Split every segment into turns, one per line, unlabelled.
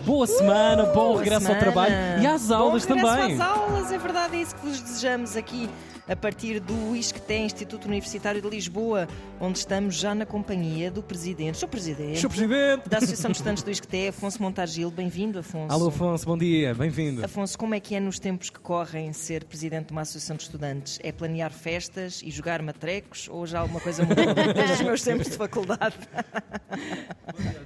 boa semana, bom
Uh, Boa
regresso
semana.
ao trabalho e às
Bom
aulas
regresso
também.
Às aulas, é verdade, é isso que vos desejamos aqui a partir do ISCTE, Instituto Universitário de Lisboa, onde estamos já na companhia do Presidente, sou Presidente,
Senhor Presidente!
da Associação de Estudantes do ISCTE, Afonso Montagil. Bem-vindo, Afonso.
Alô, Afonso, bom dia, bem-vindo.
Afonso, como é que é nos tempos que correm ser Presidente de uma Associação de Estudantes? É planear festas e jogar matrecos ou já alguma coisa mudou desde os meus tempos de faculdade?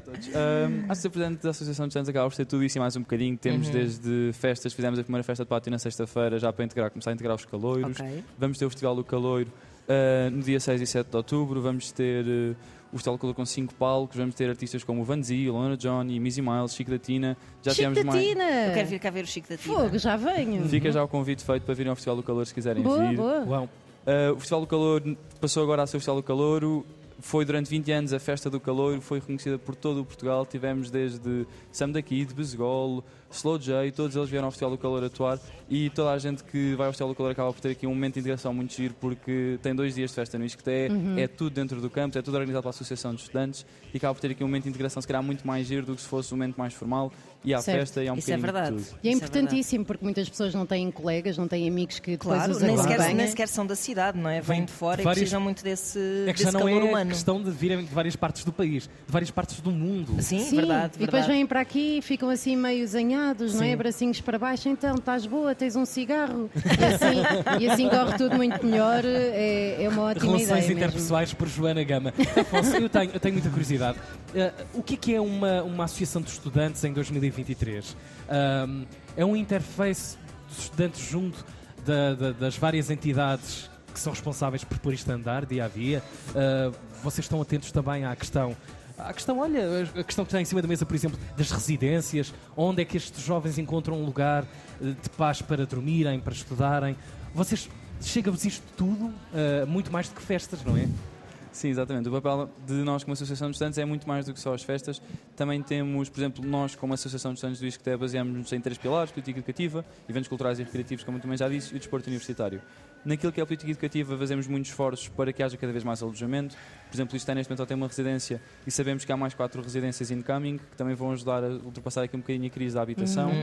Um, a ser presidente da Associação de Estudantes acaba por ser tudo isso e mais um bocadinho.
Uhum.
Temos desde festas, fizemos a primeira festa de pátio na sexta-feira, já para integrar, começar a integrar os caloiros.
Ok.
Vamos ter o Festival do Caloiro ah, no dia 6 e 7 de outubro. Vamos ter ah, o Festival do Caloiro com cinco palcos. Vamos ter artistas como o Van Zee, Lona Johnny, Missy Miles, Chico da Tina. Já
Chico
tivemos
da
mais.
Tina!
Eu quero vir cá ver o Chico da Tina.
Fogo, já venho.
Fica já o convite feito para virem ao Festival do Calor se quiserem
Boa,
vir.
boa.
Uau.
Uh, o Festival do Calor passou agora a ser o Festival do Calouro. Foi durante 20 anos a festa do calor, foi reconhecida por todo o Portugal. Tivemos desde Sam da Kid, Bezegol, Slow J, todos eles vieram ao Festival do Calor atuar e toda a gente que vai ao Festival do Calor acaba por ter aqui um momento de integração muito giro porque tem dois dias de festa no Isqueté,
Uhum.
é tudo dentro do campo, é tudo organizado pela Associação de Estudantes e acaba por ter aqui um momento de integração se calhar muito mais giro do que se fosse um momento mais formal e há
Certo.
festa e há um
Isso é
bocadinho de
verdade.
tudo.
E é
Isso verdade.
importantíssimo porque muitas pessoas não têm colegas, não têm amigos que depois
Claro,
os né?
nem sequer,
acompanhem.
nem sequer são da cidade, não é? Vêm de fora
Vários-
e precisam muito desse,
É que
desse
já não
calor
é
humano.
questão de virem de várias partes do país, de várias partes do mundo.
Sim,
Sim,
verdade,
e depois
verdade.
vêm para aqui e ficam assim meio zanhados, não é? Bracinhos para baixo, então estás boa, tens um cigarro. E assim, e assim corre tudo muito melhor, é, é uma ótima
Relações
ideia. mesmo.
interpessoais por Joana Gama. Afonso, eu tenho, eu tenho muita curiosidade. Eh, o que é que é uma, uma associação de estudantes em 2023? Ahm, é um interface dos estudantes junto da- da- das várias entidades que são responsáveis por pôr isto a andar dia a dia. Ah, vocês estão atentos também à questão. À questão, olha, a questão que está em cima da mesa, por exemplo, das residências, onde é que estes jovens encontram um lugar eh, de paz para dormirem, para estudarem. Vocês chega-vos isto tudo, ah, muito mais do que festas, não é?
Sim, exatamente. O papel de nós como Associação de Estudantes é muito mais do que só as festas. Também temos, por exemplo, nós como Associação de Estudantes do ISCTE baseamos-nos em três pilares, política educativa, eventos culturais e recreativos, como também já disse, e o desporto universitário. Naquilo que é a política educativa, fazemos muitos esforços para que haja cada vez mais alojamento. Por exemplo, o ISCTE neste momento só tem uma residência e sabemos que há mais quatro residências incoming, que também vão ajudar a ultrapassar aqui um bocadinho a crise da habitação.
Uhum.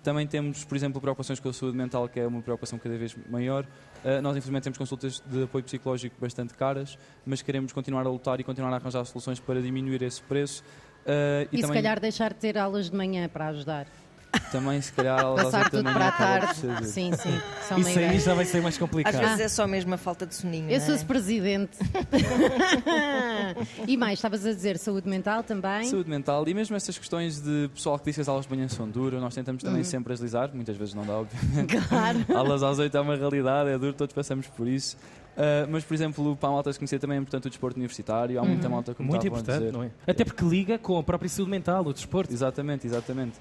Então,
Também temos, por exemplo, preocupações com a saúde mental, que é uma preocupação cada vez maior. Uh, nós, infelizmente, temos consultas de apoio psicológico bastante caras, mas queremos continuar a lutar e continuar a arranjar soluções para diminuir esse preço. Uh,
E, se calhar deixar de ter aulas de manhã para ajudar.
também, se calhar, elas às oito
Passar
da
tudo
manhã
para a
acabam por
tarde.
ceder.
Sim, sim. Só uma
Isso aí
ideia.
já vai ser mais
Às
complicado.
vezes é só mesmo a falta de soninho.
Eu
não é?
sou presidente. e mais, estavas a dizer saúde mental também.
Saúde mental e mesmo essas questões de pessoal que diz que as aulas de manhã são duras, nós tentamos
Hum.
também sempre agilizar, muitas vezes não dá, obviamente. aulas às oito é uma realidade, é duro, todos passamos por isso. Uh, mas, por exemplo, para a malta se conhecer também é importante o desporto universitário, há
Hum.
muita malta como
Muito
estavam a
importante,
dizer.
não é? Até porque liga com a própria saúde mental, o desporto.
Exatamente, exatamente.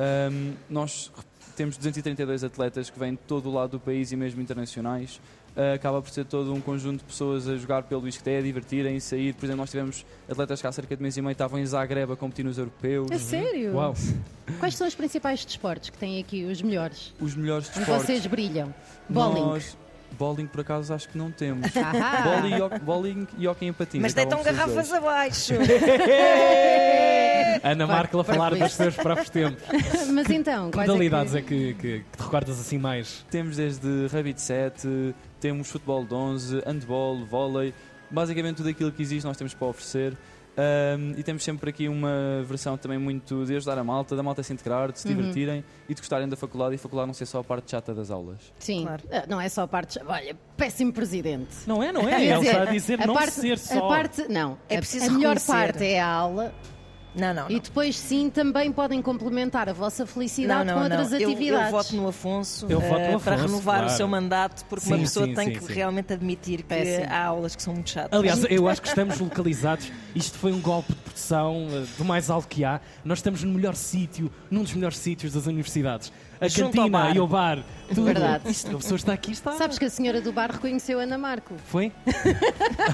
Ahm, nós temos 232 atletas que vêm de todo o lado do país e mesmo internacionais. Ah, acaba por ser todo um conjunto de pessoas a jogar pelo isqueté, a divertirem, sair. Por exemplo, nós tivemos atletas que há cerca de mês e meio estavam em Zagreb a competir nos europeus.
A sério?
Uau!
Quais são os principais desportos que têm aqui, os melhores?
Os melhores
Onde
desportos.
vocês brilham? Bowling. Ah,
Nós, bowling, por acaso, acho que não temos.
Ahá.
bowling, e ho- bowling e hockey em patins.
Mas
acabam
deitam
por ser
garrafas
os dois.
abaixo.
Ana
Vai,
Markel a
vai
falar
por isso.
dos seus próprios tempos.
Mas então,
Que
quais
modalidades
é
é que, que- que te recordas assim mais?
Temos desde Rabbit 7, temos futebol de 11, handball, vôlei, basicamente tudo aquilo que existe nós temos para oferecer. Ahm, e temos sempre aqui uma versão também muito de ajudar a malta, da malta a se integrar, de se divertirem e de gostarem da faculdade e a faculdade não ser só a parte chata das aulas.
que... Sim,
Claro.
Ah, não é só a parte... Olha, péssimo presidente.
Não é, não
Quer
é? Ele
dizer,
está a dizer
a
não
parte-
ser só.
A parte, não,
É
a-
preciso
a melhor
reconhecer.
parte é a aula
Não,
Ah,
não,
e
não.
depois sim também podem complementar a vossa
Não,
felicidade
não,
com
não.
outras
Eu,
atividades.
eu voto no Afonso,
Eu voto no
eh, para
Afonso,
renovar o
claro.
seu mandato, porque uma
Sim,
pessoa
sim,
tem
sim,
que
sim.
realmente admitir que
Péssimo.
há aulas que são muito chatas.
Aliás, eu acho que estamos localizados. Isto foi um golpe de produção eh, do mais alto que há. Nós estamos no melhor sítio, num dos melhores sítios das universidades. A
Junto ao
cantina
bar.
e o bar. Tudo.
Verdade.
Isto, a pessoa está aqui, está.
Sabes que a senhora do bar reconheceu Ana Marco.
Foi?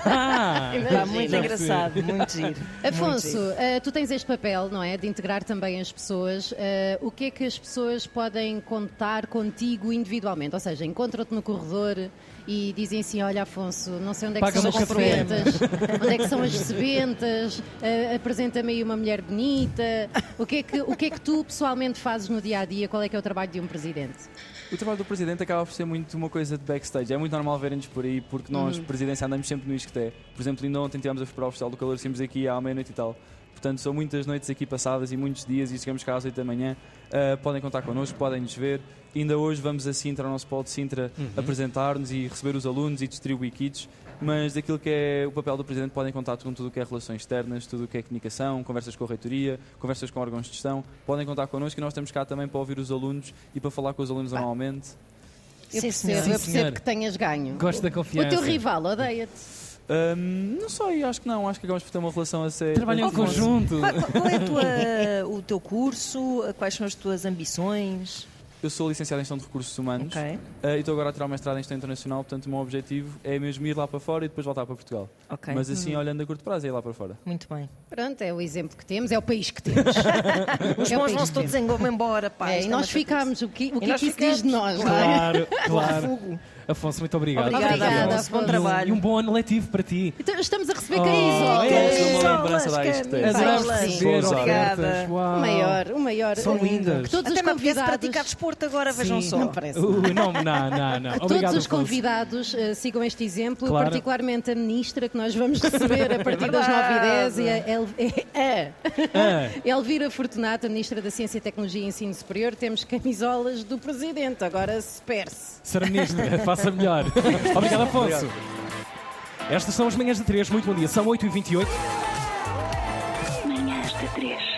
Ah,
Imagina.
Pá, muito
Já percebi.
engraçado, muito giro. muito
Afonso,
giro.
ah, tu tens tens este papel, não é? De integrar também as pessoas. Eh, o que é que as pessoas podem contar contigo individualmente? Ou seja, encontram-te no corredor e dizem assim: Olha, Afonso, não sei onde é que
Paga
são as
um café."
sebentas, onde é que são as sebentas, Eh, apresenta-me aí uma mulher bonita. O que, é que, o que é que tu pessoalmente fazes no dia a dia? Qual é que é o trabalho de um presidente?
O trabalho do presidente acaba por ser muito uma coisa de backstage. É muito normal verem-nos por aí, porque nós, presidência, andamos sempre no isqueté. Por exemplo, ainda ontem tivemos a preparar o Festival do Calor, saímos aqui à meia-noite e tal. Portanto, são muitas noites aqui passadas e muitos dias e chegamos cá às 8 da manhã. Ah, podem contar connosco, podem nos ver. Ainda hoje vamos a Sintra, ao nosso polo de Sintra,
Uhum.
apresentar-nos e receber os alunos e distribuir kits. Mas daquilo que é o papel do Presidente, podem contar com tudo o que é relações externas, tudo o que é comunicação, conversas com a reitoria, conversas com órgãos de gestão. Podem contar connosco e nós estamos cá também para ouvir os alunos e para falar com os alunos normalmente.
Sim,
Eu percebo,
senhora.
eu
Sim,
percebo
senhora.
que tenhas ganho.
Gosto da
O
confiança.
teu rival odeia-te.
Hum, não sei, acho que não. Acho que acabamos por ter uma relação a ser.
Trabalham em
Bom,
conjunto.
Qual, qual é a tua- o teu curso? Quais são as tuas ambições?
Eu sou licenciado em Gestão de Recursos Humanos
Ok,
eh, e estou agora a tirar o mestrado em Gestão Internacional, portanto, o meu objetivo é mesmo ir lá para fora e depois voltar para Portugal.
ok.
Mas assim, olhando a curto prazo, é ir lá para fora.
Muito bem.
Pronto, é o exemplo que temos, é o país que temos.
Os
É o
bons
país
vão-se
que
todos
temos.
engomem embora, pá.
É, e
Isto é
nós
uma
ficámos, o que, o
E
que é
nós
que isso diz de
ficamos,
nós? não é?
Claro,
chatice.
claro.
Fogo.
Afonso, muito obrigado.
Obrigada,
Obrigada,
Afonso. Bom
Afonso.
trabalho.
E um bom ano letivo para ti.
Então, estamos a receber
Oh,
camisolas.
é.
Temos uma lembrança da
Camisolas,
Isqueté.
camisolas.
Adoramos
Obrigada.
receber ofertas.
Obrigada.
Uau.
O maior, o maior.
Oh.
eh,
São lindas.
Que todos
Até
os
me apetece praticar
convidados.
desporto agora,
Sim.
vejam só.
Não parece.
Uh, não, não, não, não.
Que
Obrigado,
todos os
Afonso.
convidados eh, sigam este exemplo,
Claro.
particularmente a ministra que nós vamos receber a
É
partir das 9h10 e a, El- é,
Ah,
a Elvira Fortunato, a ministra da Ciência, Tecnologia e Ensino Superior. Temos camisolas do presidente, agora super-se.
Senhora Ministra, faça melhor. Obrigado, Afonso. Estas são as manhãs de três. Muito bom dia. São 8h28.